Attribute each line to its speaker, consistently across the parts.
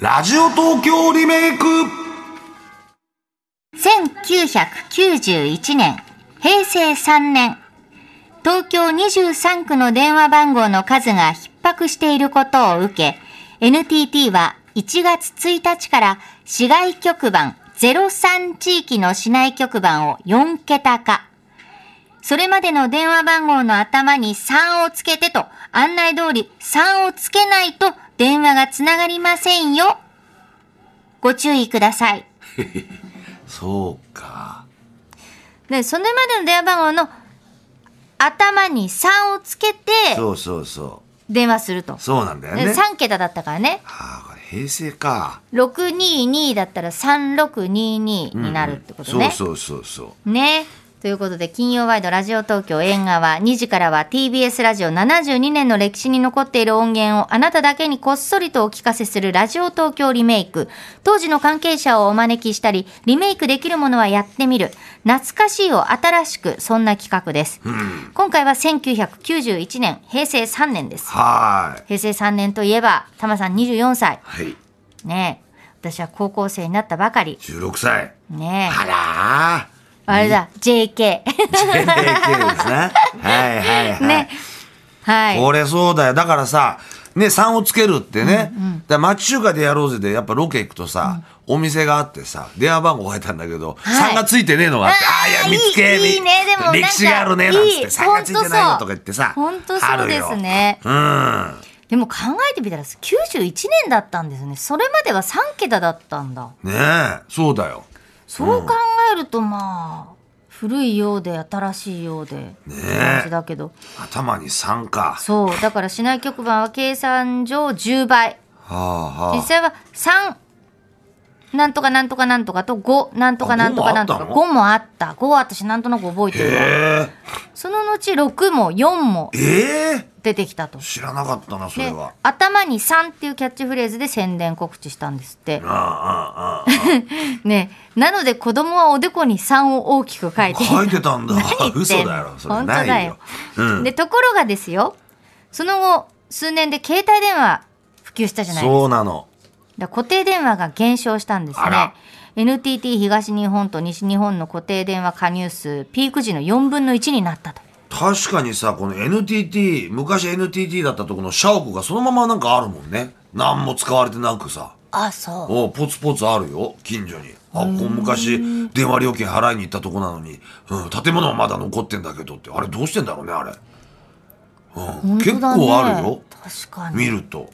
Speaker 1: ラジオ東京リメイク
Speaker 2: 1991年、平成3年、東京23区の電話番号の数が逼迫していることを受け、NTT は1月1日から市外局番03地域の市内局番を4桁化。それまでの電話番号の頭に3をつけてと案内通り3をつけないと電話がつながりませんよ。ご注意ください。
Speaker 1: そうか。
Speaker 2: で、それまでの電話番号の頭に3をつけて
Speaker 1: そうそうそ
Speaker 2: 電話すると
Speaker 1: う。。そうなんだよね。
Speaker 2: 3桁だったからね。
Speaker 1: ああ、これ平成か。
Speaker 2: 622だったら3622になるってことね。
Speaker 1: そうそうそうそう。
Speaker 2: ね。ということで、金曜ワイドラジオ東京縁側2時からは TBS ラジオ72年の歴史に残っている音源をあなただけにこっそりとお聞かせするラジオ東京リメイク。当時の関係者をお招きしたり、リメイクできるものはやってみる。懐かしいを新しく、そんな企画です。今回は1991年、平成3年です。
Speaker 1: はーい。
Speaker 2: 平成3年といえば、タマさん24歳。
Speaker 1: はい。
Speaker 2: ねえ。私は高校生になったばかり。
Speaker 1: 16歳。
Speaker 2: ねえ。
Speaker 1: あらー。
Speaker 2: あれだ、JK。
Speaker 1: JK ですね。はいはいはい。
Speaker 2: ね。はい。
Speaker 1: これそうだよ。だからさ、ね、3をつけるってね。だから町中華でやろうぜで、やっぱロケ行くとさ、お店があってさ、電話番号書いたんだけど、
Speaker 2: は
Speaker 1: 3
Speaker 2: い
Speaker 1: がついてねえのがあって、あ
Speaker 2: あー
Speaker 1: あ、いや、見つけ
Speaker 2: いいいいねでもなんか
Speaker 1: 歴史があるね、なんつっ
Speaker 2: いい
Speaker 1: て、3がついてないのとか言ってさ、
Speaker 2: 本当そうですね
Speaker 1: あるよ。うん。
Speaker 2: でも考えてみたら91年だったんですね。それまでは3桁だったんだ。
Speaker 1: ねえ、そうだよ。
Speaker 2: そう考えるとまあ、古いようで新しいようで、
Speaker 1: え
Speaker 2: 感じだけど。
Speaker 1: 頭に3か。
Speaker 2: そう、だから市内局番は計算上10倍。
Speaker 1: はあは
Speaker 2: 実
Speaker 1: あ。
Speaker 2: 際は3、なんとかなんとかなんとかと5、なんとかなんとかなんとか
Speaker 1: あ
Speaker 2: 5もあった。5は私なんとなく覚えてるわ。
Speaker 1: え
Speaker 2: その後6も4も
Speaker 1: えええ
Speaker 2: 出てきたと。
Speaker 1: 知らなかったな、それ
Speaker 2: で
Speaker 1: は。
Speaker 2: 頭に3っていうキャッチフレーズで宣伝告知したんですって
Speaker 1: あ。あ、ああ、ああ。
Speaker 2: ねなので子供はおでこに3を大きく書いて
Speaker 1: 書いてたんだ
Speaker 2: 何言ってん。の
Speaker 1: 嘘だよ。それ
Speaker 2: 本当だよ
Speaker 1: ないよ。うん。
Speaker 2: でところがですよその後数年で携帯電話普及したじゃないですか
Speaker 1: そうなの。
Speaker 2: だから固定電話が減少したんです
Speaker 1: あ
Speaker 2: ね
Speaker 1: ら
Speaker 2: NTT 東日本と西日本の固定電話加入数ピーク時の4分の1になったと
Speaker 1: 確かにさ、この NTT、昔 NTT だったとこの社屋がそのままなんかあるもんね。何も使われてなくさ。
Speaker 2: あそう
Speaker 1: おうポツポツあるよ、近所に。あ、こう昔、電話料金払いに行ったとこなのに、うん、建物はまだ残ってんだけどって、あれどうしてんだろうね、あれ。うん、結構あるよ。
Speaker 2: 確か
Speaker 1: 見
Speaker 2: に
Speaker 1: ると。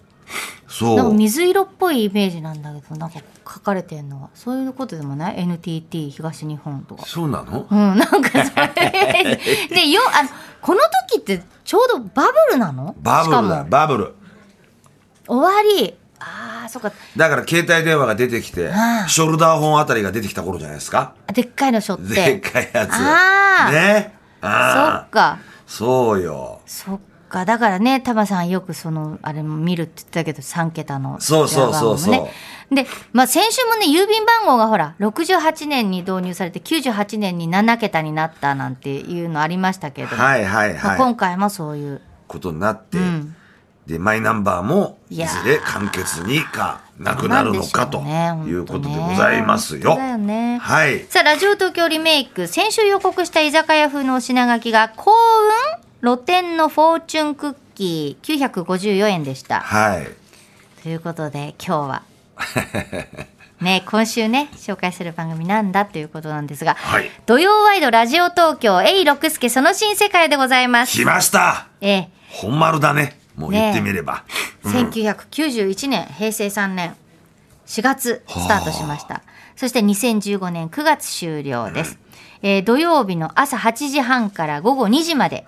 Speaker 1: そ
Speaker 2: なんか
Speaker 1: う。
Speaker 2: 水色っぽいイメージなんだけどなんか書かれてるのはそういうことでもない NTT 東日本とか
Speaker 1: そうなの
Speaker 2: うん、なんかそれでよあのこの時ってちょうどバブルなの
Speaker 1: バブル
Speaker 2: し
Speaker 1: だ、
Speaker 2: かも
Speaker 1: バブル。
Speaker 2: 終わりああそっか
Speaker 1: だから携帯電話が出てきて
Speaker 2: ああ、
Speaker 1: ショルダーホンあたりが出てきた頃じゃないですか。
Speaker 2: でっかいのしょって
Speaker 1: でっかいやつ。
Speaker 2: ああ
Speaker 1: ね。
Speaker 2: そ
Speaker 1: あ
Speaker 2: っ
Speaker 1: あ。
Speaker 2: か
Speaker 1: そうよ。
Speaker 2: そっかだからねタマさんよくそのあれも見るって言ってたけど3桁の
Speaker 1: そうそうそうそう
Speaker 2: 電話番号もねで、まあ、先週もね郵便番号がほら68年に導入されて98年に7桁になったなんていうのありましたけれども、
Speaker 1: はいはい
Speaker 2: まあ
Speaker 1: はい
Speaker 2: 今。回もそういう
Speaker 1: ことになって、
Speaker 2: ん
Speaker 1: で、マイナンバーも、い
Speaker 2: いやー
Speaker 1: ずれ簡潔にか、なくなるのかと
Speaker 2: どうなんでし
Speaker 1: い
Speaker 2: ょうね
Speaker 1: うことでございますよ
Speaker 2: 本当ね本当。だよね
Speaker 1: はい。
Speaker 2: さあ、ラジオ東京リメイク、先週予告した居酒屋風のお品書きが、幸運露天のフォーチュンクッキー954円でした。
Speaker 1: はい。
Speaker 2: ということで、今日は。 ね、今週ね、紹介する番組なんだということなんですが、
Speaker 1: はい
Speaker 2: 土曜ワイドラジオ東京、エイ六輔その新世界でございます。
Speaker 1: 来ました
Speaker 2: ええ、
Speaker 1: 本丸だね。もう言ってみれば。
Speaker 2: 1991年平成3年4月スタートしました、そして2015年9月終了です、えー土曜日の朝8時半から午後2時まで,、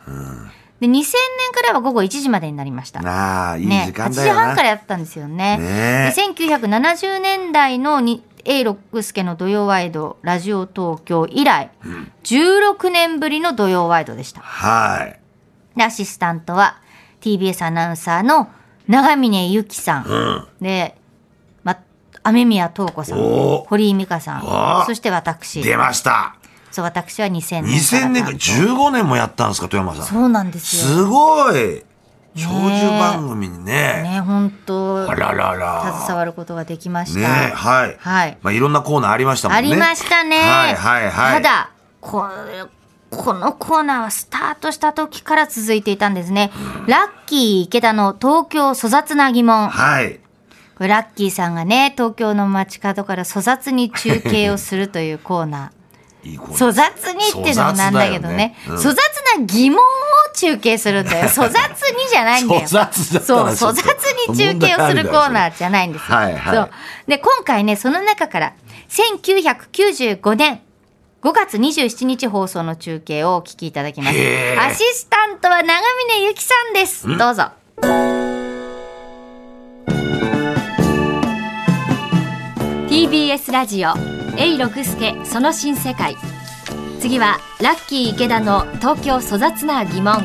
Speaker 2: で2000年からは午後1時までになりました
Speaker 1: ああ、いい
Speaker 2: ね
Speaker 1: 時
Speaker 2: 8
Speaker 1: 間
Speaker 2: 時
Speaker 1: だよな。
Speaker 2: 半からやってたんですよね
Speaker 1: ね
Speaker 2: で1970年代のに A ロックスケの土曜ワイドラジオ東京以来、16年ぶりの土曜ワイドでした
Speaker 1: はい。
Speaker 2: で、アシスタントは TBS アナウンサーの長峰由紀さん。
Speaker 1: うん。
Speaker 2: で、ま、雨宮塔子さん。
Speaker 1: おー
Speaker 2: 堀井美香さん
Speaker 1: わ。あ
Speaker 2: そして私。
Speaker 1: 出ました。
Speaker 2: そう、私は2000年から。
Speaker 1: 2000年か、15年もやったんですか、富山さん。
Speaker 2: そうなんですよ。
Speaker 1: すごい。長寿番組にね
Speaker 2: ね、本当
Speaker 1: あららら
Speaker 2: 携わることができました。
Speaker 1: ねはい、
Speaker 2: はい
Speaker 1: まあ、いろんなコーナーありましたもん
Speaker 2: あ
Speaker 1: ね
Speaker 2: りましたね。
Speaker 1: はいはいはい
Speaker 2: ただここのコーナーはスタートした時から続いていたんですね。ラッキー池田の東京粗雑な疑問。
Speaker 1: はい
Speaker 2: これラッキーさんがね、東京の街角から粗雑に中継をするというコー ナ
Speaker 1: いいコーナ
Speaker 2: ー。
Speaker 1: ー
Speaker 2: 粗雑にっていうのもなんだけどね。
Speaker 1: 粗雑だよねうん
Speaker 2: 粗雑な疑問を中継するんだよ。粗雑にじゃないんだよ。
Speaker 1: 粗雑だった
Speaker 2: そう、
Speaker 1: らちょ
Speaker 2: 粗
Speaker 1: っと
Speaker 2: 雑に中継をするコーナーじゃないんですよ。
Speaker 1: はいはい
Speaker 2: そう。で、今回ね、その中から、1995年5月27日放送の中継をお聞きいただきます
Speaker 1: へ。ー
Speaker 2: アシスタントは長峰ゆきさんです。どうぞ。
Speaker 3: TBS ラジオ「エイロクスケその新世界」次はラッキー池田の東京粗雑な疑問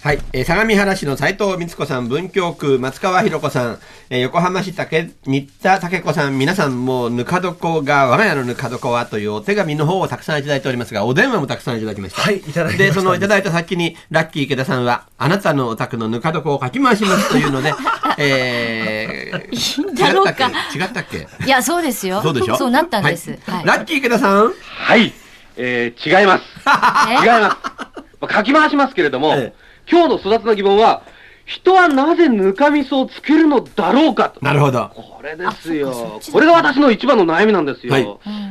Speaker 4: はい、えー相模原市の斉藤光子さん、文京区松川博子さん、えー横浜市竹新田竹子さん、皆さんもうぬか床が、我が家のぬか床はというお手紙の方をたくさんいただいておりますが、お電話もたくさんいただきました。
Speaker 5: はいいただきました
Speaker 4: で、そのいただいた先に、ラッキー池田さんは、あなたのお宅のぬか床をかき回しますという ので、えー、
Speaker 3: いんだろうか
Speaker 4: 違ったっけ違ったっ
Speaker 3: いやそうです
Speaker 4: け
Speaker 3: よ
Speaker 4: そうでしょ
Speaker 3: なったんです、
Speaker 4: は
Speaker 3: はいい
Speaker 4: ラッキー池田さん
Speaker 6: はい、えー違います。違います。まあ、書き回しますけれども、
Speaker 4: ええ
Speaker 6: 今日の育つの疑問は、人はなぜぬかみそをつけるのだろうかと。
Speaker 4: なるほど。
Speaker 6: これですよ。これが私の一番の悩みなんですよ。
Speaker 4: はい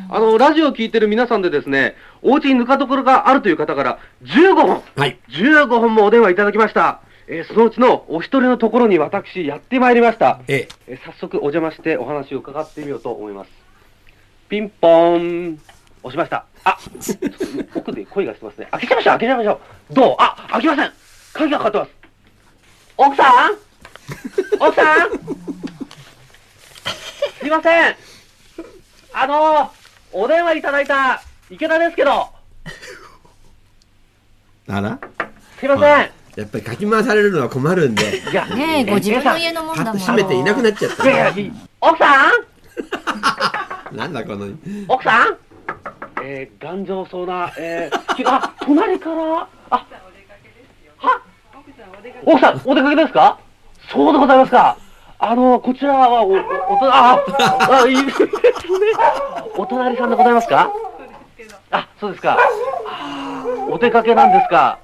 Speaker 6: あの、ラジオを聞いてる皆さんでですね、お家にぬか床があるという方から15本、
Speaker 4: はい。
Speaker 6: 15本もお電話いただきました。えーそのうちのお一人のところに私やってまいりました。
Speaker 4: え
Speaker 6: えー早速お邪魔してお話を伺ってみようと思いますピンポーン押しましたあちょっと奥で声がしてますね開けちゃいましょう開けちゃいましょうどうあ開きません鍵がかかってます奥さん奥さんすいませんあのー、お電話いただいた池田ですけど
Speaker 4: ー、あら
Speaker 6: すいません
Speaker 4: やっぱりかき回されるのは困るんで、
Speaker 6: いや
Speaker 3: ねえご自分の家のもん
Speaker 4: パ
Speaker 3: だも
Speaker 4: ッと
Speaker 3: ん
Speaker 4: 閉めていなくなっちゃっ
Speaker 6: いやい
Speaker 4: た。
Speaker 6: やいい奥さん
Speaker 4: なんだこの、
Speaker 6: 奥さんえー、頑丈そうな、えー、きあ、隣から、あ、は奥さん、お出かけですかそうでございますか。あの、こちらはお、お、おと、あ、あ、いいですね。お隣さんでございますかあ、そうですか。あーお出かけなんですか。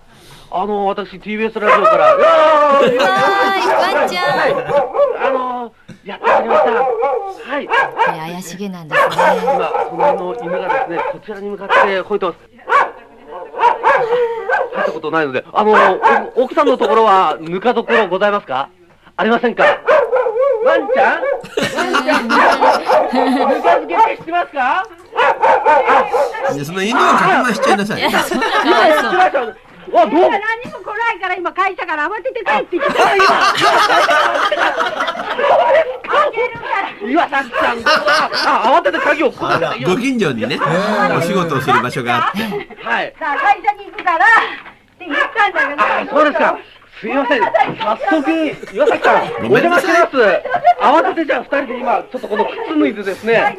Speaker 6: あの、私、TBS ラジオから、うわー
Speaker 3: わーいワンちゃんこ
Speaker 6: あの、やってまいりました。はい。
Speaker 3: れ怪しげなんですね
Speaker 6: 今、隣の犬がですね、こちらに向かって吠えてます。入ったことないので、あの、お奥さんのところは、ぬか床ございますかありませんかワンちゃんワンちゃんぬか漬けって知ってますか
Speaker 4: でその犬をかき回しちゃいなさい。
Speaker 6: 今やってましたよねあ、どう
Speaker 7: 何も来ないから今会社から慌てて帰ってきた。
Speaker 6: 岩崎さんあ、あ慌てて鍵をここに
Speaker 4: ご近所にね、お仕事をする場所があって。
Speaker 6: はい。
Speaker 7: さあ会社に行くからって言ったんだけど。
Speaker 6: あそうですか。すいません。早速、岩崎さん、お
Speaker 4: ごめん
Speaker 6: 邪
Speaker 4: なさ
Speaker 6: 魔し
Speaker 4: い
Speaker 6: ます。慌ててじゃあ、二人で今、ちょっとこの靴脱いでですね。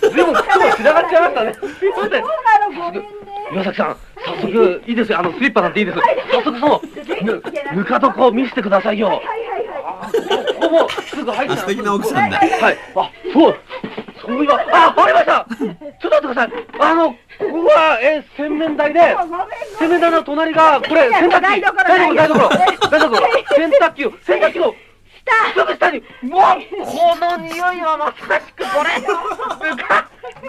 Speaker 6: 随分靴も散らがっちゃいましたね。すいません。
Speaker 7: そうなのごめんね。
Speaker 6: 岩崎さん、早速、いいですよ。あの、スリッパなんていいです。早速、その、ぬ、ぬか床を見せてくださいよ。
Speaker 7: はいはいは
Speaker 6: ここも、すぐ入ったら
Speaker 4: あ素敵な奥さんだ
Speaker 6: はい。あ、そう。そういえば、あ、わかりました。ちょっと待ってください。あの、ここは、えー、洗面台で、
Speaker 7: い。ごめんご
Speaker 6: 洗面台の隣 が、これ、洗濯機。
Speaker 7: 台所
Speaker 6: 台所、台所。 台所。洗濯機を、洗濯機を。下。すぐ下に。もう、この匂いはまさしくこれ。 ぬか、ぬ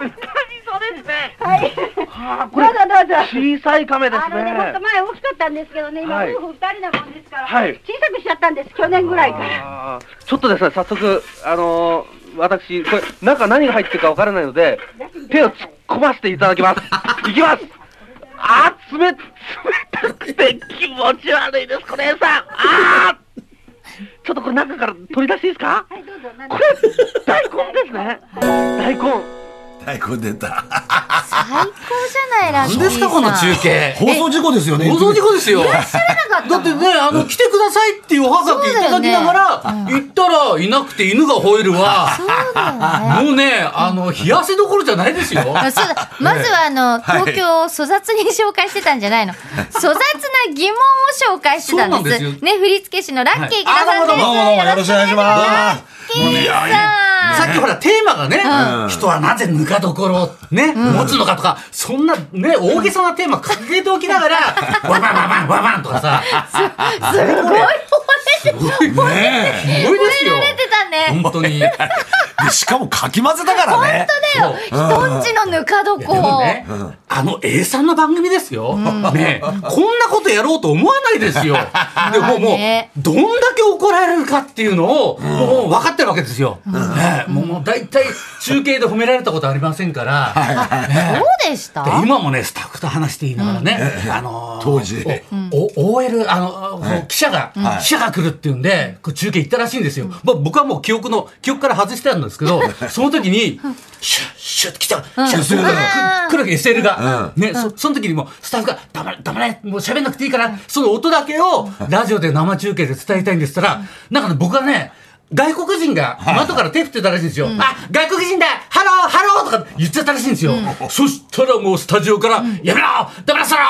Speaker 6: かみそですね。
Speaker 7: はい。
Speaker 6: あーこ
Speaker 7: ど
Speaker 6: れ
Speaker 7: うぞ、どうぞ。
Speaker 6: 小さい亀です
Speaker 7: あのね、ほんと
Speaker 6: ね。
Speaker 7: 前大きかったんですけどね、今
Speaker 6: はい
Speaker 7: 夫婦二人なもんですから、
Speaker 6: はい
Speaker 7: 小さくしちゃったんです、去年ぐらいから。
Speaker 6: あーちょっとですね、早速、あのー、私、これ、中何が入ってるかわからないので、手を突っ込ませていただき ます。いきますあー、冷、冷たくて気持ち悪いです、これ、餌あーちょっとこれ中から取り出していいですか
Speaker 7: はい、どうぞ、何
Speaker 6: これ、大根ですね。大根。
Speaker 1: 太鼓出た
Speaker 2: 最高じゃないラッキーさん
Speaker 5: 何ですかこの中継
Speaker 1: 放送事故ですよね。
Speaker 5: 放送事故ですよ
Speaker 2: なかった
Speaker 5: だってねあの来てくださいっていうおはがきいただきながら、行ったらいなくて犬が吠えるわ
Speaker 2: そうだよね
Speaker 5: もうねあの冷や汗どころじゃないですよ
Speaker 2: あそうだまずはあ
Speaker 1: は
Speaker 2: の、
Speaker 1: い
Speaker 2: 東京を粗雑に紹介してたんじゃないの粗雑な疑問を紹介してたんです
Speaker 5: そうなんです
Speaker 2: ね振付師のラッキー池田
Speaker 5: はい
Speaker 2: さ
Speaker 5: あ
Speaker 2: ん
Speaker 5: ど
Speaker 2: で
Speaker 5: う
Speaker 2: す、
Speaker 5: も
Speaker 1: どうもよろしくお願いします。
Speaker 2: よろしくお願いします
Speaker 5: さっきほらテーマがね、人はなぜぬかどころをね、持つのかとか、そんなね、大げさなテーマ掲げておきながら、 ワバンワバンワバンとかさ、
Speaker 2: すごい
Speaker 1: ね
Speaker 5: すごいですよ。
Speaker 2: 出てたね
Speaker 5: 本当に。
Speaker 1: えでしかもかき混ぜたからね。
Speaker 2: 人んちのぬか床
Speaker 5: でもね、あの A さんの番組ですよ。ねえこんなことやろうと思わない ですよ。でももう、
Speaker 2: ね
Speaker 5: どんだけ怒られるかっていうのを、もう分かってるわけですよ。ねえもうもう大体中継で褒められたことありませんから、ねえ
Speaker 2: そうでした
Speaker 5: で今もねスタッフと話していながらね、あのー
Speaker 1: 当時
Speaker 5: おお OL あの、こう記者が、記者が来るっていうんでこう中継行ったらしいんですよ、まあ、僕はもう記憶の記憶から外してたんですけどその時にシュッシュッ来た来た
Speaker 1: SL
Speaker 5: 来
Speaker 1: が
Speaker 5: 来るわけ SL が、ねそその時にもうスタッフが「黙れ黙れもう喋んなくていいからその音だけをラジオで生中継で伝えたいんです」ったら、なんかね僕はね外国人が窓から手振ってたらしいんですよ。あ、外国人だハローハローとか言っちゃったらしいんですよ。そしたらもうスタジオから、やめろダメだそ ろ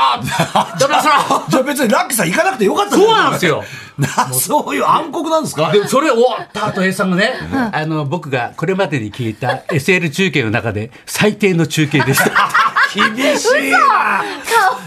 Speaker 5: ダメだそろ
Speaker 1: じゃあ別にラッキーさん行かなくてよかった
Speaker 5: そうなんですよ。
Speaker 1: なそういう暗黒なんですか
Speaker 5: でそれ終わった後 A さんがね、あの僕がこれまでに聞いた SL 中継の中で最低の中継で した
Speaker 1: 厳しいな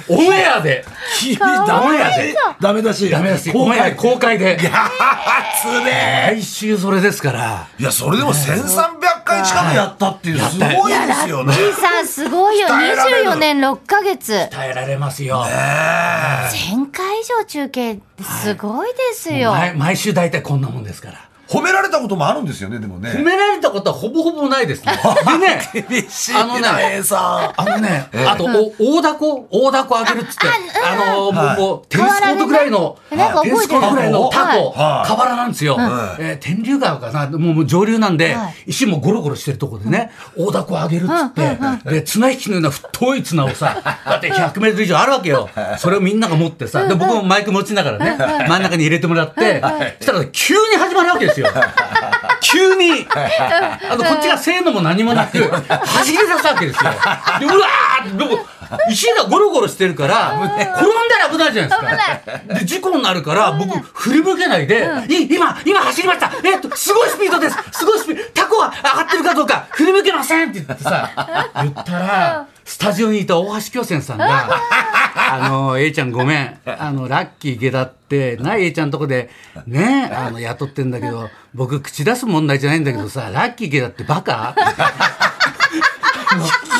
Speaker 5: オンエアで
Speaker 1: 厳しいダメやでダメだし
Speaker 5: ダメだし
Speaker 1: 公
Speaker 5: オンエア
Speaker 1: 開
Speaker 5: で公開で
Speaker 1: いやーつね
Speaker 5: 来週それですから
Speaker 1: えいやそれでも1300回近くやったっていうすごいですよね
Speaker 2: じいさんすごいよ
Speaker 1: 鍛えられる
Speaker 2: 24年6ヶ月
Speaker 5: 耐えられますよ、
Speaker 2: 1000回以上中継ってすごいですよ、
Speaker 5: 毎毎週大体こんなもんですから
Speaker 1: 褒められたこともあるんですよねでも
Speaker 5: 褒
Speaker 1: ね
Speaker 5: められたことはほぼほぼないです ねでね
Speaker 1: 厳しい
Speaker 5: あの
Speaker 1: な
Speaker 5: ね
Speaker 1: A さ
Speaker 5: あのね、あと、お大凧大凧あげるっつって、あのー、
Speaker 1: はい
Speaker 5: もうもう、テニスコートぐらいの、
Speaker 2: 変わらない
Speaker 5: テニスコートぐらいのタコ、
Speaker 1: はい
Speaker 5: カバラなんですよ。
Speaker 1: はい
Speaker 5: えー天竜川かな、もうもう上流なんで
Speaker 2: はい、
Speaker 5: 石もゴロゴロしてるとこでね、大凧あげるっつって、で、綱引きのような太い綱をさ、 だって100メートル以上あるわけよ。それをみんなが持ってさ、で、僕もマイク持ちながらね、真ん中に入れてもらって、そしたらね急に始まるわけですよ。急に、あの、こっちがせーのも何もなく、走り出すわけですよ。で、うわーって、でも石がゴロゴロしてるから、転んだら危ないじゃないですか。で、事故になるから、僕、振り向けないで、い今、今走りましたえっと、すごいスピードですすごいスピードタコは上がってるかどうか、振り向けませんって言ってさ、言ったら、スタジオにいた大橋巨泉さんが、あの、A ちゃんごめん。あの、ラッキー池田って、な、A ちゃんとこで、ね、あの、雇ってんだけど、僕、口出す問題じゃないんだけどさ、ラッキー池田ってバカ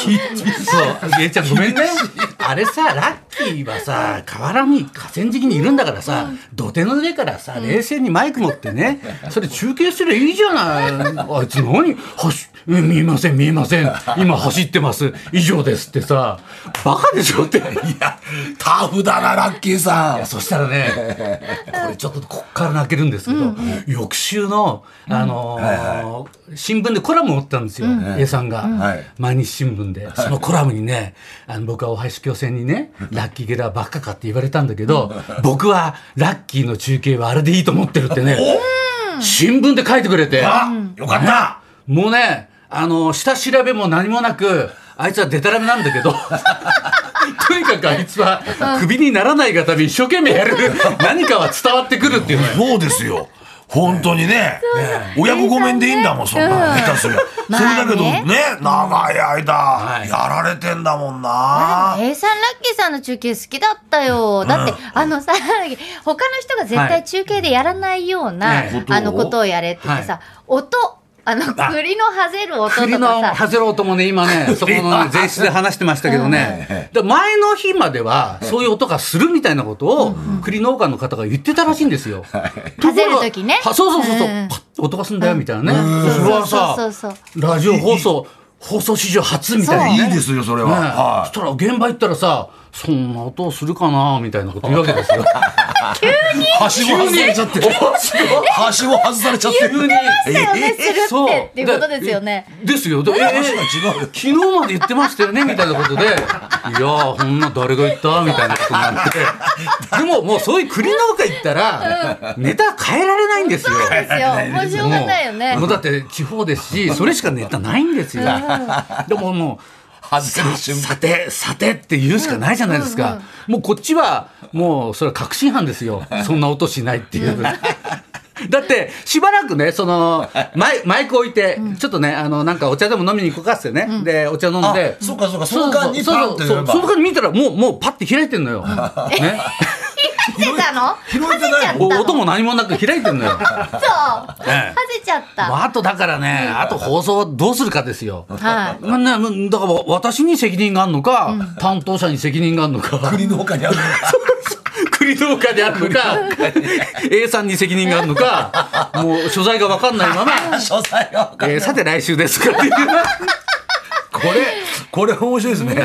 Speaker 5: そう、A ちゃんごめんね。あれさ、ラッキーはさ、河原に河川敷にいるんだからさ、土手の上からさ、冷静にマイク持ってね、それ中継すりゃいいじゃない。あいつ何走え見えません、見えません。今走ってます。以上ですってさ、バカでしょって。
Speaker 1: んいやタフだなラッキーさ
Speaker 5: いや
Speaker 1: ん
Speaker 5: そしたらね これちょっとこっから泣けるんですけど、翌週の、あのー新聞でコラムを持ったんですよ、A さんが、
Speaker 1: はい
Speaker 5: 毎日新聞でそのコラムにねあの僕は大橋巨泉にね「ラッキーゲラーばっかか」って言われたんだけど僕はラッキーの中継はあれでいいと思ってるってね新聞で書いてくれて。
Speaker 1: あよかった
Speaker 5: もうね、あの、下調べも何もなく、あいつはデタラメなんだけど、 とにかくあいつは、クビにならないがために一生懸命やる、何かは伝わってくるっていうのよ。
Speaker 1: そうですよ。本当にね。親子ごめんでいいんだもん、そんなの。下手すりゃ。
Speaker 2: ま
Speaker 1: それ
Speaker 2: あね
Speaker 1: だけどね、長い間
Speaker 5: い、
Speaker 1: やられてんだもんな。
Speaker 2: 平さんラッキーさんの中継好きだったよ。だって、あのさ、他の人が絶対中継でやらないような、
Speaker 5: はい
Speaker 1: ね
Speaker 2: あのことをやれって言ってさ、音、あの、栗のはぜる音と
Speaker 5: 栗の
Speaker 2: かさ、
Speaker 5: ハゼロ音もね、今ね、そこのね前室で話してましたけどね、で前の日までは、そういう音がするみたいなことを、栗農家の方が言ってたらしいんですよ。
Speaker 2: はぜる時ね
Speaker 5: はそうそうそうそう、
Speaker 2: うん
Speaker 5: パッ音がすんだよみたいなね。
Speaker 2: うん
Speaker 5: それは
Speaker 2: そうそうそう
Speaker 5: さ、ラジオ放送、放送史上初みたいな、
Speaker 1: そういいですよそれははい
Speaker 5: そしたら現場行ったらさそんな音するかなみたいなこと言うわけですよ
Speaker 1: はしご外されちゃってる。はしご外されちゃってる。
Speaker 5: 急に
Speaker 1: え
Speaker 8: ねするってっていうことですよね。
Speaker 5: ですよでええ
Speaker 1: 話が違うよ。
Speaker 5: 昨日まで言ってましたよねみたい なことで、いやー、こんな誰が言ったみたいなことになって、でももうそういう国なんか行ったら、ネタ変えられないんですよ。
Speaker 8: そうですよ。もうしょうがないよね
Speaker 5: もう。もうだって地方ですし、それしかネタないんですよ。でももう、
Speaker 1: 恥ずかしい瞬間。
Speaker 5: さて、さてって言うしかないじゃないですか。もうこっちは、もうそれは確信犯ですよ。そんな音しないっていう。だって、しばらくね、その、マイマイク置いて、ちょっとね、あの、なんかお茶でも飲みに行こうかっつってね。で、お茶飲んで
Speaker 1: あ。そうかそうかその間にパンって
Speaker 5: そうそうそうそ
Speaker 1: 言
Speaker 5: の
Speaker 1: えば
Speaker 5: 間に見たら、もう、もうパッて開いてんのよ。ね。
Speaker 8: 出たの？
Speaker 1: 拾えてない
Speaker 5: お音も何もなく開いてん のよ。
Speaker 8: そう。は
Speaker 5: ええ
Speaker 8: ぜちゃった。
Speaker 5: まあ、あとだからね、あと放送はどうするかですよ。
Speaker 8: はい。
Speaker 5: まあね、うんだから私に責任があるのか、担当者に責任があるのか、
Speaker 1: 国の他にあるのか。
Speaker 5: 栗農家であるのか、A さんに責任があるのか、もう所在が分かんないまま、
Speaker 1: 所在が分かんない
Speaker 5: えーさて来週ですかっていう。
Speaker 1: これこれ面白いですね。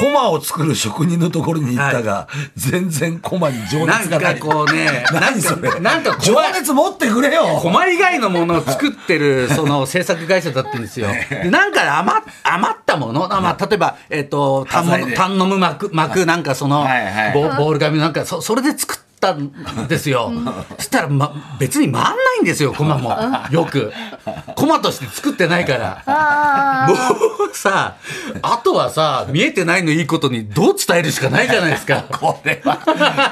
Speaker 1: コマを作る職人のところに行ったが全然コマに情
Speaker 5: な
Speaker 1: 熱
Speaker 5: ん
Speaker 1: がな
Speaker 5: か
Speaker 1: い。
Speaker 5: こうね、
Speaker 1: 何それ。
Speaker 5: なんか
Speaker 1: 情
Speaker 5: 怖い。
Speaker 1: 熱持ってくれよ。
Speaker 5: 駒以外のものを作ってる その制作会社だったんですよ。でなんか余っ余ったもの、あまあ、例えば、えっとタン
Speaker 4: 端材
Speaker 5: モ
Speaker 4: で
Speaker 5: タンノム膜膜なんかその、
Speaker 4: はいはい
Speaker 5: ボボール紙なんかそそれで作ったんですよ。そしたら、ま、別に回んないんですよ駒もよく駒として作ってないから。 もうさあとはさ見えてないのいいことにどう伝えるしかないじゃないですか。
Speaker 1: これは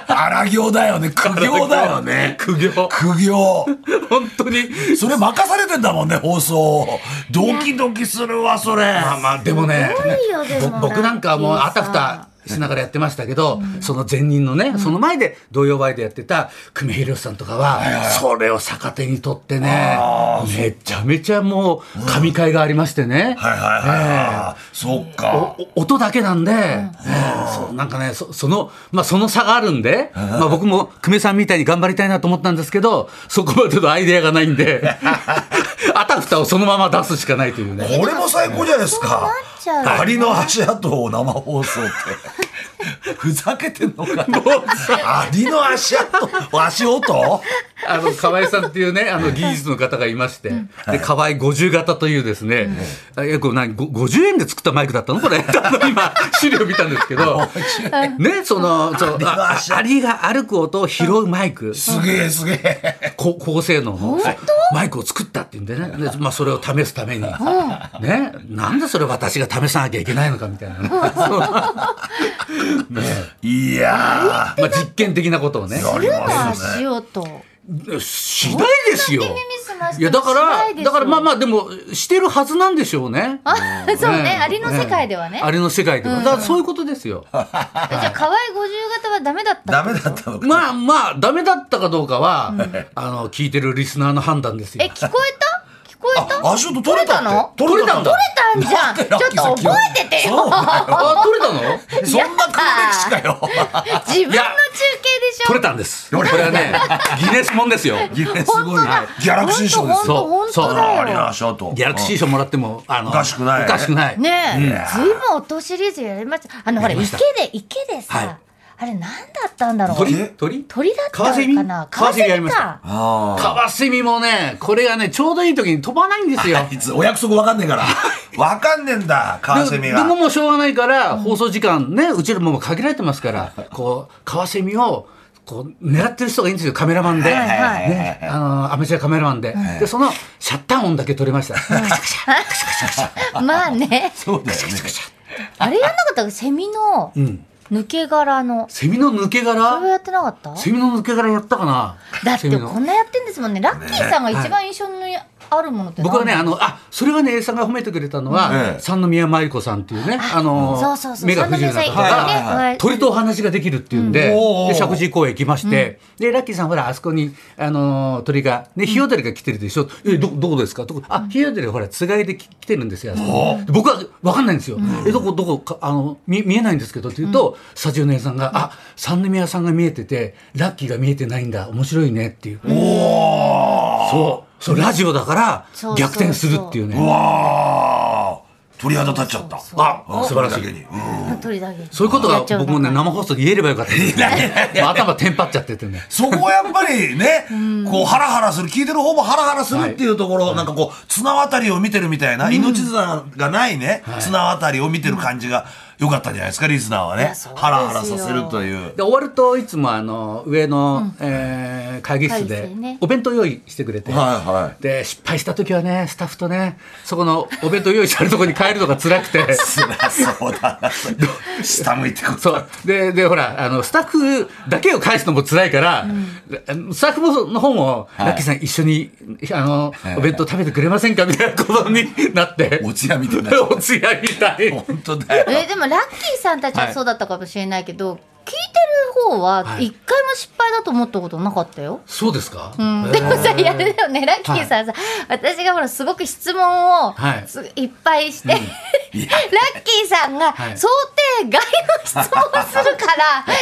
Speaker 1: 荒行だよね。苦行だよね。
Speaker 5: 苦行
Speaker 1: 苦行。
Speaker 5: 本当に
Speaker 1: それ任されてんだもんね放送。ドキドキするわそれ。
Speaker 5: まあまあでもね
Speaker 8: いいよでも
Speaker 5: ぼ僕なんかはもうあたふたしながらやってましたけど、その前任のね、その前で童謡バイトやってた久米宏さんとかは、それを逆手にとってね、めちゃめちゃもう神回がありましてね。
Speaker 1: はいはいはいはい。そっか。
Speaker 5: お音だけなんで、ええそうなんかねそその、まあ、その差があるんで、まあ、僕も久米さんみたいに頑張りたいなと思ったんですけど そこまでのアイデアがないんで あたふたをそのまま出すしかないというね。
Speaker 1: これも最高じゃないですか
Speaker 8: うなっちゃうよ。ね
Speaker 1: アリの足跡を生放送って。 ふざけてんのかな。アリの足跡、足音
Speaker 5: あの河合さんっていうねあの技術の方がいまして、で河合50型というですね、あいやこれ何ご50円で作ったマイクだったのこ れあの今資料見たんですけ どねそのそうああアリが歩く音を拾うマイク
Speaker 1: すげえすげえ。
Speaker 5: 高高性能のマイクを作ったっていうんでねで、まあ、それを試すために、ね、なんでそれ私が試さなきゃいけないのかみたいなね、そう
Speaker 1: いや
Speaker 5: まあ、実験的なことをね
Speaker 1: ー。やります
Speaker 8: 足
Speaker 1: ね。
Speaker 8: 音。
Speaker 5: しないですよ
Speaker 8: すまし
Speaker 5: いやだか
Speaker 8: しな
Speaker 5: ら
Speaker 8: いですよ
Speaker 5: だからまあまあでもしてるはずなんでしょうね。
Speaker 8: あ、そうね。アリの世界ではね。
Speaker 5: あれの世界では。だからそういうことですよ。
Speaker 8: じゃあ河合五十型はダメだった。
Speaker 1: ダメだったのか。
Speaker 5: まあまあ、ダメだったかどうかは、あの、聞いてるリスナーの判断です
Speaker 8: え、
Speaker 5: よ。
Speaker 8: 聞こえた？聞こえた？
Speaker 1: あ足音取れた
Speaker 8: の
Speaker 1: って。取れたんだ。
Speaker 8: 取れたんじゃん。ちょっと覚えててよ。
Speaker 1: そうだよ
Speaker 5: あ、取れたの
Speaker 1: そんな黒歴史か
Speaker 8: 自
Speaker 1: よ。
Speaker 8: 分の中継でしょ。
Speaker 5: 取れたんです。これはね、ギネスもんですよ。ギ
Speaker 1: すごいな。ギャラクシー賞ですよ。
Speaker 5: そ
Speaker 8: 本
Speaker 5: う、
Speaker 8: 当
Speaker 5: そ
Speaker 8: 本当だ
Speaker 5: う。
Speaker 8: よ
Speaker 1: アリの足音。
Speaker 5: ギャラクシー賞もらっても、あの、
Speaker 1: おかしくない
Speaker 5: おかしくない。
Speaker 8: ねえ、
Speaker 1: ん
Speaker 8: ずいぶん音シリーズやりました。あの、ほら、
Speaker 5: やりま
Speaker 8: 池
Speaker 5: した
Speaker 8: で、池でさ、
Speaker 5: はい
Speaker 8: あれ何だったんだろう。
Speaker 5: 鳥鳥
Speaker 8: 鳥だったのかな
Speaker 5: カワセミカワセミやりまし
Speaker 8: カワ
Speaker 5: た
Speaker 8: セミか
Speaker 1: あ
Speaker 5: カワセミもね、これがね、ちょうどいい時に飛ばないんですよ。
Speaker 1: あ。いつお約束わかんねえから。わかんねえんだ、カワセミ
Speaker 5: ででも
Speaker 1: が。
Speaker 5: もうしょうがないから、放送時間ね、うちらももう限られてますから、こう、カワセミを、こう、狙ってる人がいいんですよ、カメラマンで。
Speaker 8: はいはいはい
Speaker 5: ね、あの、アメチュアカメラマンで。で、その、シャッター音だけ撮れました。
Speaker 8: まあね。
Speaker 1: そうだよね。
Speaker 8: あれやんなかったセミの
Speaker 5: うん。
Speaker 8: 抜け殻の。
Speaker 5: セミの抜け
Speaker 8: それ
Speaker 5: 殻
Speaker 8: やってなかった
Speaker 5: セミの抜け殻やったかな
Speaker 8: だって
Speaker 5: セミの
Speaker 8: こんなやってんですもんね。ラッキーさんが一番印象にあるものって何
Speaker 5: 僕はね、あの、あ、それはね、A さんが褒めてくれたの
Speaker 1: え
Speaker 5: は、
Speaker 1: え
Speaker 5: 三宮真理子さんっていうね、あ
Speaker 8: そう
Speaker 5: の
Speaker 8: そう、そう
Speaker 5: 目が不自由な方
Speaker 8: 三宮さんいたね
Speaker 5: が
Speaker 8: はい、
Speaker 5: 鳥とお話ができるっていうんで、
Speaker 1: うん
Speaker 5: で、石神井公園行きまして、で、ラッキーさんほら、あそこに、あのー、鳥が、ね、ヒヨドリが来てるでしょ。え、ど、どこですかどこあ、ヒヨドリほら、つがいでき来てるんですよ、あそこにで僕はわかんないんですよ。え、どこ、どこか、あの、見、見えないんですけどって言うと、スタジオの A さんが、あ、三宮さんが見えてて、ラッキーが見えてないんだ、面白いねっていう。そう。そう、ラジオだから
Speaker 8: そう、
Speaker 5: 逆転するっていうね。
Speaker 1: うわー鳥肌立っちゃった。
Speaker 5: あ
Speaker 1: うん
Speaker 5: 素晴らし
Speaker 1: 鳥だけ
Speaker 5: い
Speaker 1: に。うん
Speaker 2: 鳥だけ。
Speaker 5: そういうことが
Speaker 2: やっちゃう
Speaker 5: 僕もね生放送で言えればよかったですね頭テンパっちゃっててね
Speaker 1: そこはやっぱりね、こう、ハラハラする、聞いてる方もハラハラするっていうところ、なんかこう、綱渡りを見てるみたいな、命綱がないね、綱渡りを見てる感じが良かったんじゃないですか、リスナーはね。ハラハラさせるという。
Speaker 5: で終わるといつもあの上の、えー会議室
Speaker 2: 会議
Speaker 5: で
Speaker 2: 室でね
Speaker 5: お弁当用意してくれて、
Speaker 1: はいはい。
Speaker 5: で失敗した時はねスタッフとねそこのお弁当用意されるとこに帰るのが辛く て
Speaker 1: 辛そうだな。下向いてこ
Speaker 5: そ
Speaker 1: そう
Speaker 5: ででほらあのスタッフだけを返すのも辛いから、スタッフの方も、
Speaker 1: い
Speaker 5: ラッキーさん一緒にあの、
Speaker 1: い
Speaker 5: お弁当食べてくれませんかみたいなことになって
Speaker 1: おつやみたいになっちゃう
Speaker 5: おつやみたい
Speaker 1: 本当だよ。
Speaker 2: えでもラッキーさんたちはそうだったかもしれないけど、聞いてる方は
Speaker 5: はい
Speaker 2: 一回も失敗だと思ったことなかったよ。
Speaker 5: そうですか、
Speaker 2: うんでもさ、やるよね、ラッキーさんさ、私がほら、すごく質問を
Speaker 5: はい
Speaker 2: すいっぱいして、
Speaker 1: いや
Speaker 2: ラッキーさんが
Speaker 5: はい
Speaker 2: 想定外の質問をするか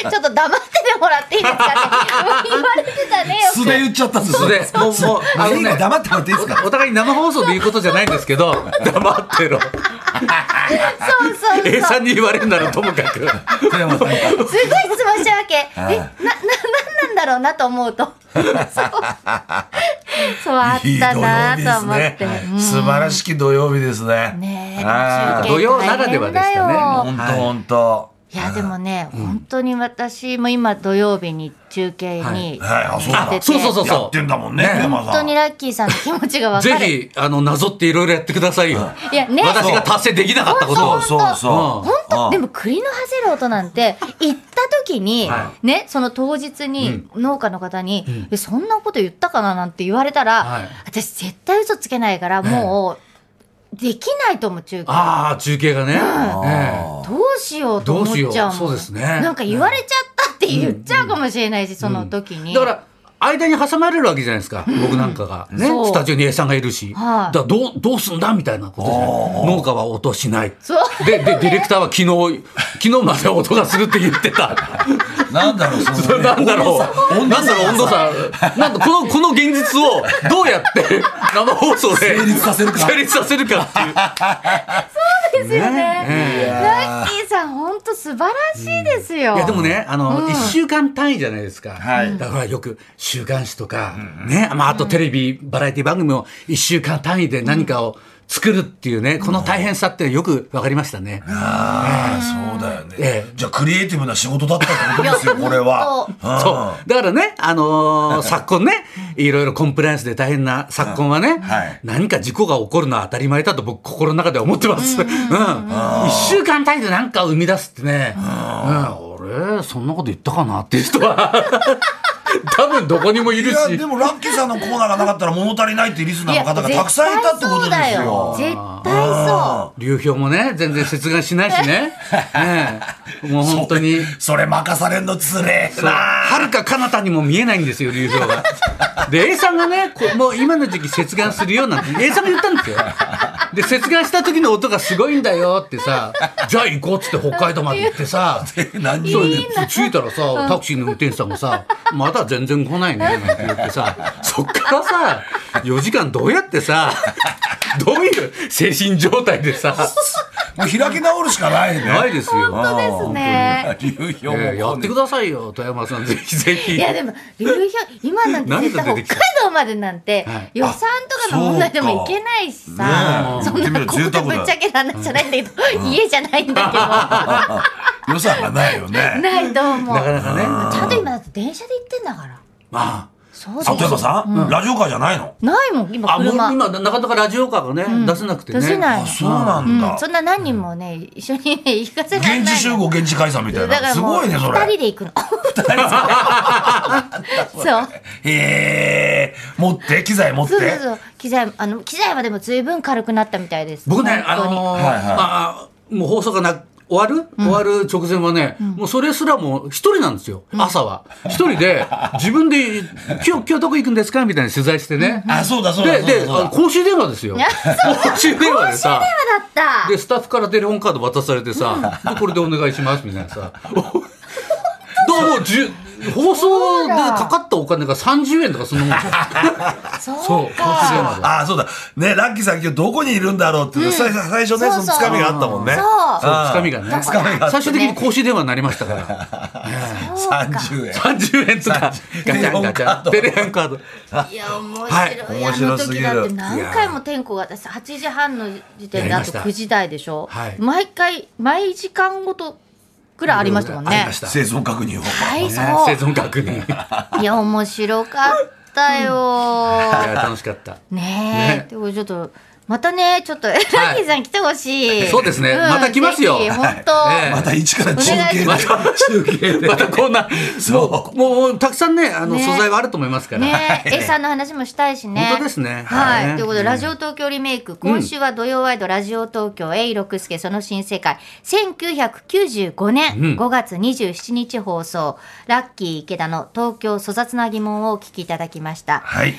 Speaker 2: ら、ちょっと黙っててもらっていいですかって言われてたね。
Speaker 1: 素で言っちゃったんです
Speaker 5: 素で
Speaker 1: もう、もう、
Speaker 5: あ
Speaker 1: あ
Speaker 5: の
Speaker 1: の
Speaker 5: ね
Speaker 1: ね、黙ってもらっていいですか
Speaker 5: お互いに生放送で言うことじゃないんですけど 黙ってろ
Speaker 2: そうそうそう。
Speaker 5: A さんに言われるならともかく
Speaker 1: 富山さんが。
Speaker 2: すごい質問しちゃうわけ。え、な、
Speaker 1: い
Speaker 2: な、なんなんだろうなと思う と。そう。そう、あっ
Speaker 1: いい
Speaker 2: た
Speaker 1: 土曜日
Speaker 2: な
Speaker 1: で
Speaker 2: と
Speaker 1: す
Speaker 2: 思っ
Speaker 1: ね
Speaker 2: て。うん。
Speaker 1: 素晴らしき土曜日ですね。
Speaker 2: ねえ
Speaker 1: あー
Speaker 5: 土曜ならではでした
Speaker 2: 大
Speaker 5: ね
Speaker 2: 変
Speaker 1: 本
Speaker 2: だよ
Speaker 1: 当本当。
Speaker 2: いや、でもね、本当に私も今土曜日に中継に
Speaker 1: はいはいあそうだ
Speaker 2: 行 ってて
Speaker 5: そうそうそう
Speaker 1: やっ
Speaker 5: そ
Speaker 1: てんだもんね、富山さん。
Speaker 2: 本当にラッキーさんの気持ちが
Speaker 5: う
Speaker 2: わ
Speaker 5: ぜ
Speaker 2: かる。
Speaker 5: ひあのなぞっていろいろやってくださいよ、
Speaker 2: いや、ね。
Speaker 5: 私が達成できなかったこと
Speaker 1: そ
Speaker 5: を
Speaker 1: うそうそう。
Speaker 2: 本当
Speaker 1: うん
Speaker 2: でも栗のはぜる音なんて行った時に、
Speaker 5: は
Speaker 2: ねその当日に農家の方に、えそんなこと言ったかななんて言われたら、
Speaker 5: はい
Speaker 2: 私絶対嘘つけないからもう、できないと思う中華
Speaker 5: ああ中継がね、え
Speaker 2: どうしようと思っちゃうもん
Speaker 5: どうしようそうですね
Speaker 2: なんか言われちゃったって言っちゃうかもしれないし、その時
Speaker 5: え
Speaker 2: に、
Speaker 5: だから間に挟まれるわけじゃないですか、僕なんかが、ね、
Speaker 2: そう
Speaker 5: スタジオに A さんがいるし、
Speaker 2: はい
Speaker 5: だからどうどうすんだみたいなことじゃない農家は音しない
Speaker 2: そう
Speaker 5: ででディレクターは昨日昨日まで音がするって言ってた
Speaker 1: なんだろう、そ
Speaker 5: そ
Speaker 1: の
Speaker 5: れ
Speaker 1: ね
Speaker 5: なんだろう
Speaker 1: 温度差
Speaker 5: なんだろう温度差なんだこのこの現実をどうやって 生放送で
Speaker 1: 成立させるか
Speaker 5: 成立させるかっていう
Speaker 2: ですよね
Speaker 5: ね
Speaker 2: ラッキーさん本当素晴らしいですよ、
Speaker 5: いやでもね、あの、
Speaker 2: うん
Speaker 5: 一週間単位じゃないですか。
Speaker 1: はい
Speaker 5: だからよく週刊誌とか、ね、まああとテレビ、バラエティ番組も一週間単位で何かを作るっていうね、この大変さってよくわかりましたね。
Speaker 1: ああ、そうだよね
Speaker 5: ええ。
Speaker 1: じゃあ、クリエイティブな仕事だったってことですよ、これは。
Speaker 5: そうう。だからね、あ のー昨今ね、いろいろコンプライアンスで大変な昨今はね、
Speaker 1: はい
Speaker 5: 何か事故が起こるのは当たり前だと僕心の中では思ってます。うん。一週間単位で何かを生み出すってね、うん、俺、そんなこと言ったかなっていう人は、 多分どこにもい
Speaker 1: ん。い
Speaker 5: るし。
Speaker 1: や、でも、ラッキーさんのコーナーがなかったら物足りないっていうリスナーの方がたくさんいたってことですよ。
Speaker 2: 絶対そう
Speaker 5: 流氷もね、全然切断しない しね。ねえもう本当に。
Speaker 1: それ任されんのつれえ
Speaker 5: そう
Speaker 1: な。
Speaker 5: はるか彼方にも見えないんですよ、流氷が。で、A さんがね、こうもう今の時期切断するよなんて、A さんが言ったんですよ。で、切断した時の音がすごいんだよってさ、じゃあ行こうっつって北海道まで行ってさ、
Speaker 1: 何
Speaker 5: そう着いたらさ、タクシーの運転手さんもさ、まだ全然来ないね、なんて言ってさ、そっからさ、4時間どうやってさ、どういう精神状態でさ、
Speaker 1: もう開き直るしかないね。
Speaker 5: ないですよ。
Speaker 2: 本当ですね。
Speaker 1: 流氷も
Speaker 5: えーやってくださいよ、富山さん、ぜひぜひ。
Speaker 2: いやでも流氷今なんて絶対
Speaker 5: 何
Speaker 2: 北
Speaker 5: が出
Speaker 2: 海
Speaker 5: てきた
Speaker 2: 道までなんて
Speaker 5: はい
Speaker 2: 予算とかの問題でも行けないしさ、
Speaker 1: あ
Speaker 2: そ
Speaker 1: そうかねえ
Speaker 2: んなここでぶっちゃけた話じゃないんだけど、 家じゃないんだ
Speaker 1: 予算がないよ
Speaker 2: けど
Speaker 1: ね。
Speaker 2: ないと思う。
Speaker 5: なかなかね。
Speaker 2: ちゃんと今だって電車で行ってんだから。
Speaker 5: まあ。
Speaker 2: そう
Speaker 1: あ、富山
Speaker 2: だよ。
Speaker 1: さん、ラジオカーじゃないの
Speaker 2: ないもん今
Speaker 5: あ、もう
Speaker 2: 車。
Speaker 5: 今、なかなかラジオカーがね、出せなくてね。
Speaker 2: 出せない
Speaker 1: あ、そうなん
Speaker 2: う
Speaker 1: だ
Speaker 2: ん、。そんな何人もね一緒にね行かせられない。
Speaker 1: 現地集合、現地解散みたい
Speaker 2: だか
Speaker 1: な。
Speaker 2: ら
Speaker 1: す
Speaker 2: もう
Speaker 1: ごいね、それ。
Speaker 2: 二人で行くの。 そう。
Speaker 1: へえ、持って、機材持っ
Speaker 2: そうそう
Speaker 1: て。
Speaker 2: そう機材あの機材はでもずいぶん軽くなったみたいです
Speaker 5: 僕ね、あ
Speaker 2: 本当に
Speaker 5: のー
Speaker 1: はいはい
Speaker 5: あーもう放送がな、終わる、終わる直前はね、もうそれすらもう一人なんですよ、朝は。一 人で、自分で、今日、今日どこ行くんですかみたいな取材してね。
Speaker 1: あ、そうだ、そうだ、
Speaker 5: で、
Speaker 1: そうだ
Speaker 5: で、
Speaker 1: そう
Speaker 5: あ
Speaker 1: だ
Speaker 5: の。公衆電話ですよ。
Speaker 2: いや
Speaker 5: 公衆電話でさ。
Speaker 2: だっ
Speaker 5: でスタッフからテレホンカ ード渡されてさ「でこれでお願いします」みたいなさどうもじゅ放送でかかったお金が30円とかそんなもんですよそうかそうなんだ
Speaker 1: ああ、そうだ。ね、ラッキーさん今日どこにいるんだろうっていうの、さ最初ね、
Speaker 2: そ
Speaker 1: そう
Speaker 2: そう
Speaker 1: のつかみがあったもんね。
Speaker 2: そう
Speaker 5: そうつかみがね
Speaker 1: つかみがあった
Speaker 5: 最終的に公衆電話になりました から
Speaker 1: 30円。
Speaker 5: 30円とかガチャンガチャン
Speaker 1: テ
Speaker 5: テ
Speaker 1: レ
Speaker 5: レホンカード
Speaker 2: いや面白い、
Speaker 1: はい面白すぎる
Speaker 2: あの時だって何回も天候が私8時半の時点
Speaker 5: や
Speaker 2: で
Speaker 5: り
Speaker 2: あ
Speaker 5: ま
Speaker 2: と
Speaker 5: した
Speaker 2: 9時台でしょ、
Speaker 5: はい
Speaker 2: 毎回毎時間ごとくらいありましたもん
Speaker 5: あり
Speaker 2: ね
Speaker 5: ました
Speaker 1: 生存確認を。
Speaker 2: はいそ
Speaker 5: 生
Speaker 2: う
Speaker 5: 存確認い
Speaker 2: いや面白かった
Speaker 5: や
Speaker 2: よ
Speaker 5: 楽しかった
Speaker 2: ねえ
Speaker 5: ね
Speaker 2: でもちょっとまたねちょっとラッキーさん来てほしい
Speaker 5: そうですね
Speaker 2: ん
Speaker 5: また来ますよ
Speaker 2: ぜひ本
Speaker 5: はい
Speaker 2: 当
Speaker 1: また一から中継で
Speaker 2: お願いし
Speaker 1: 中継で。
Speaker 5: またこんな
Speaker 1: そう。
Speaker 5: もうたくさんねあの
Speaker 2: ね
Speaker 5: 素材はあると思いますから
Speaker 2: ねえ A さんの話もしたいしね
Speaker 5: 本当ですね
Speaker 2: はい、
Speaker 5: はい
Speaker 2: ということで、
Speaker 5: うん
Speaker 2: ラジオ東京リメイク今週は土曜ワイド、ラジオ東京 A 六輔その新世界1995年
Speaker 5: うん
Speaker 2: 5月27日放送、ラッキー池田の東京粗雑な疑問をお聞きいただきました
Speaker 1: はい。
Speaker 2: で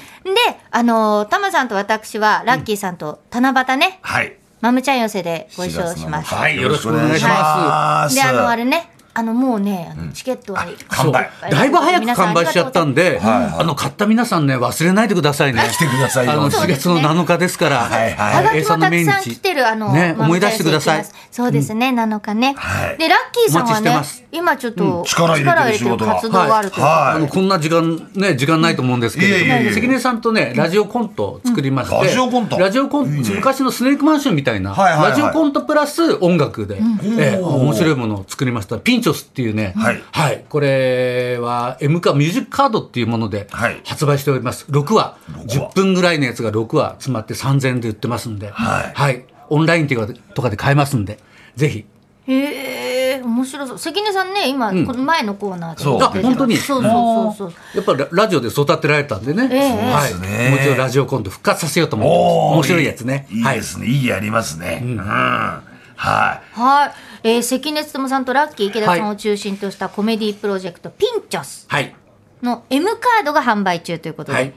Speaker 2: あのータマさんと私はラッキーさんと七夕ね、
Speaker 1: はい。
Speaker 2: マムちゃん寄せでご一緒しました、
Speaker 1: はい。
Speaker 5: よろしくお願いしま
Speaker 1: はい
Speaker 2: であのあ
Speaker 1: れ。
Speaker 2: れねあのもうねあのチケットは、
Speaker 1: 乾杯。
Speaker 5: そうだいぶ早く完売しちゃったんで、
Speaker 1: はいはい
Speaker 5: あの買った皆さんね忘れないでくださいね。
Speaker 1: 来てくださいよ
Speaker 5: あの
Speaker 2: そう
Speaker 5: 4
Speaker 2: です
Speaker 5: 月
Speaker 2: ね
Speaker 5: の7日ですから。
Speaker 1: はいはい
Speaker 2: はがき
Speaker 5: A
Speaker 2: も
Speaker 5: さん
Speaker 2: た
Speaker 5: の
Speaker 2: く
Speaker 5: 命
Speaker 2: さん
Speaker 5: 日
Speaker 2: 来てる、あの、
Speaker 5: ね
Speaker 2: まあ
Speaker 5: 思い出してください
Speaker 2: メッセージ来てますそうですね、7日ね。
Speaker 1: はい
Speaker 2: で、ラッキーさんはね
Speaker 5: お待ちして、
Speaker 2: 今ちょっと、
Speaker 1: ん力入れてる仕事が
Speaker 2: 活動があるということで
Speaker 1: はい
Speaker 5: あのこんな時間ね時間ないと思うんですけれ
Speaker 1: いえいえい
Speaker 5: ど
Speaker 1: え
Speaker 5: も、関根さんとねラジオコントを作りまして、
Speaker 1: うんラジオコント
Speaker 5: ラジオコン
Speaker 1: いいね
Speaker 5: 昔のスネークマンションみたいな、
Speaker 1: はいはいはい
Speaker 5: ラジオコントプラス音楽で、ええ
Speaker 1: おー
Speaker 5: 面白いものを作りました。ピンチョスっていうね、
Speaker 1: はい
Speaker 5: これは M カミュージックカードっていうもので
Speaker 1: はい
Speaker 5: 発売しております。6話
Speaker 1: 六話
Speaker 5: 10分ぐらいのやつが6話詰まって3000円で売ってますんで、
Speaker 1: はい
Speaker 5: オンラインとかでとかで買えますんで、ぜひ。
Speaker 2: へえ、面白そう。関根さんね、今、
Speaker 5: ん
Speaker 2: この前のコーナーで。
Speaker 1: そう
Speaker 5: あ本当に
Speaker 2: そうそうそうそう。
Speaker 5: やっぱララジオで育てられたんでね、
Speaker 2: ええ
Speaker 5: はい、
Speaker 1: そうですね
Speaker 5: もう一度ラジオコント復活させようと思って
Speaker 1: おー
Speaker 5: ます。面白いやつね。
Speaker 1: いい
Speaker 5: はい
Speaker 1: で。すね。いいやりますね。うん。はい。
Speaker 2: はい。えー、関根勤さんとラッキー池田さん
Speaker 5: は
Speaker 2: を中心としたコメディプロジェクト、ピンチョス
Speaker 5: はい。
Speaker 2: の M カードが販売中ということで。
Speaker 5: はい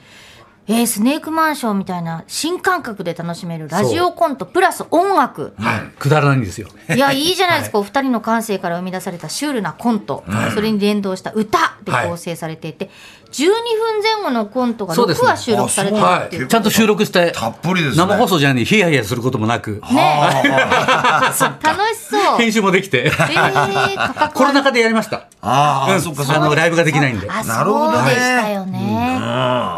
Speaker 2: えースネークマンションみたいな新感覚で楽しめるラジオコントプラス音楽。
Speaker 5: はい。くだらないんですよ。
Speaker 2: いや、いいじゃないですか。お二人の感性から生み出されたシュールなコント、それに連動した歌で構成されていて、12分前後のコントが
Speaker 5: そうで
Speaker 2: 6
Speaker 5: すね
Speaker 2: 話収録されてる
Speaker 1: あ
Speaker 2: っ
Speaker 5: は
Speaker 2: ていう。
Speaker 5: い。ちゃんと収録して、
Speaker 1: たっぷりですね。
Speaker 5: 生放送じゃないヒヤヒヤすることもなく、
Speaker 2: ね
Speaker 1: あー。
Speaker 2: 楽しそう。え
Speaker 5: 編集もで きて、
Speaker 2: ー、価格
Speaker 5: コロナ禍でやりました。
Speaker 1: あ
Speaker 5: う
Speaker 1: ー、
Speaker 5: ん
Speaker 1: そっかそっ
Speaker 5: あ
Speaker 1: か。
Speaker 5: の、ライブができないんで。
Speaker 2: あ、
Speaker 1: なるほ
Speaker 2: そ
Speaker 1: ど
Speaker 2: う
Speaker 1: ね
Speaker 2: でしたよね。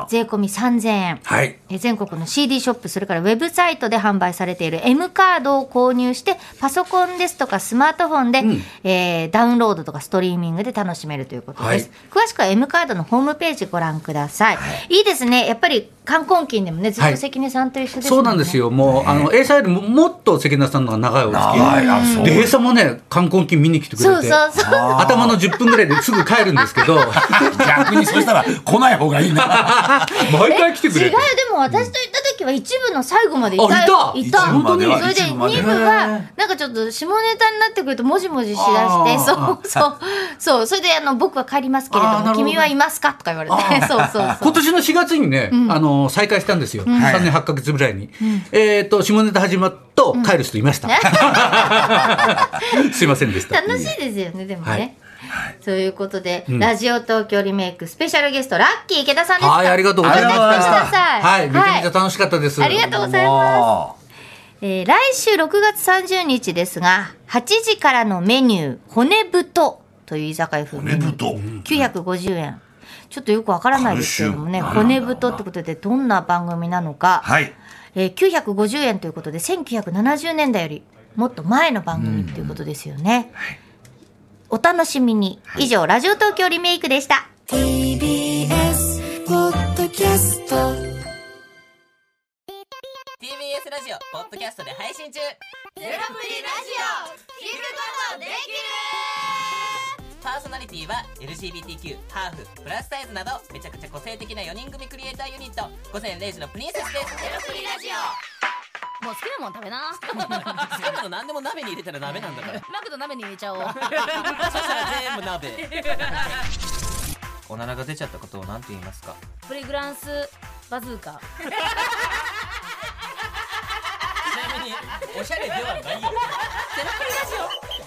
Speaker 2: 税込み3000円。
Speaker 5: はい。
Speaker 2: え全国の CD ショップそれからウェブサイトで販売されている M カードを購入してパソコンですとかスマートフォンで、えーダウンロードとかストリーミングで楽しめるということです、詳しくは M カードのホームページご覧ください、い、いですねやっぱり冠婚金でもねずっ
Speaker 5: は
Speaker 2: と
Speaker 5: い
Speaker 2: 関根さんと一緒ですもんね
Speaker 5: そうなんですよ。もう、あの、A サイルももっと関根さんの方が長いお付き合
Speaker 1: 長いあそう
Speaker 5: い。で、A さんもね、冠婚金見に来てくれて。
Speaker 2: そうそうそう
Speaker 5: 頭の10分ぐらいですぐ帰るんですけど、
Speaker 1: 逆にそしたら来ない方がいいな。
Speaker 5: 毎回来てく
Speaker 2: 違う
Speaker 5: れ
Speaker 2: で
Speaker 5: て。
Speaker 2: も私と行った時は一部の最後までいたよ
Speaker 5: あ
Speaker 2: い
Speaker 5: い
Speaker 2: た
Speaker 1: た一部までは
Speaker 2: それで
Speaker 1: 一部まで
Speaker 2: 二部はなんかちょっと下ネタになってくるともじもじしだしてそう
Speaker 5: あ
Speaker 2: そうそうそれであの僕は帰りますけれど
Speaker 5: あーな
Speaker 2: も
Speaker 5: るほど
Speaker 2: 君はいますかとか言われて そうそうそ
Speaker 5: 今
Speaker 2: う
Speaker 5: 年の4月にね、あの再開したんですよ、3年8か月ぐらいに、えっ、と下ネタ始まっと帰る人いました、 すいませんでした
Speaker 2: 楽しいですよねでもね、
Speaker 5: はい
Speaker 2: ということで、ラジオ東京リメイクスペシャルゲストラッキー池田さんでした
Speaker 5: はいありがとうございました
Speaker 2: また来てください
Speaker 5: はいめちゃめちゃ楽しかったです、
Speaker 2: ありがとうございますえー来週6月30日ですが、8時からのメニュー、骨太という居酒屋風メ
Speaker 1: 骨
Speaker 2: ニュー
Speaker 1: 太。
Speaker 2: 950円。ちょっとよくわからないですけれどもね、骨太ってことでどんな番組なのか、
Speaker 1: はい。
Speaker 2: えー950円ということで、1970年代よりもっと前の番組ということですよね。お楽しみに。以上、ラジオ東京リメイクでした。
Speaker 9: TBS ポッドキャスト
Speaker 10: TBS ラジオポッドキャストで配信中パーソナリティは LGBTQ ハーフプラスサイズなどめちゃくちゃ個性的な4人組クリエイターユニット午前0時のプリンセスですゼロ プリラジオ
Speaker 11: もう好きなもん食べな。
Speaker 10: 好きなの何でも鍋に入れたら鍋なんだから
Speaker 11: マクド鍋に入れちゃおう。
Speaker 10: そしたら全部鍋おならが出ちゃったことを何て言いますか
Speaker 11: プリグランスバズーカ。
Speaker 10: ちなみにおしゃれではないよゼロプリラジオ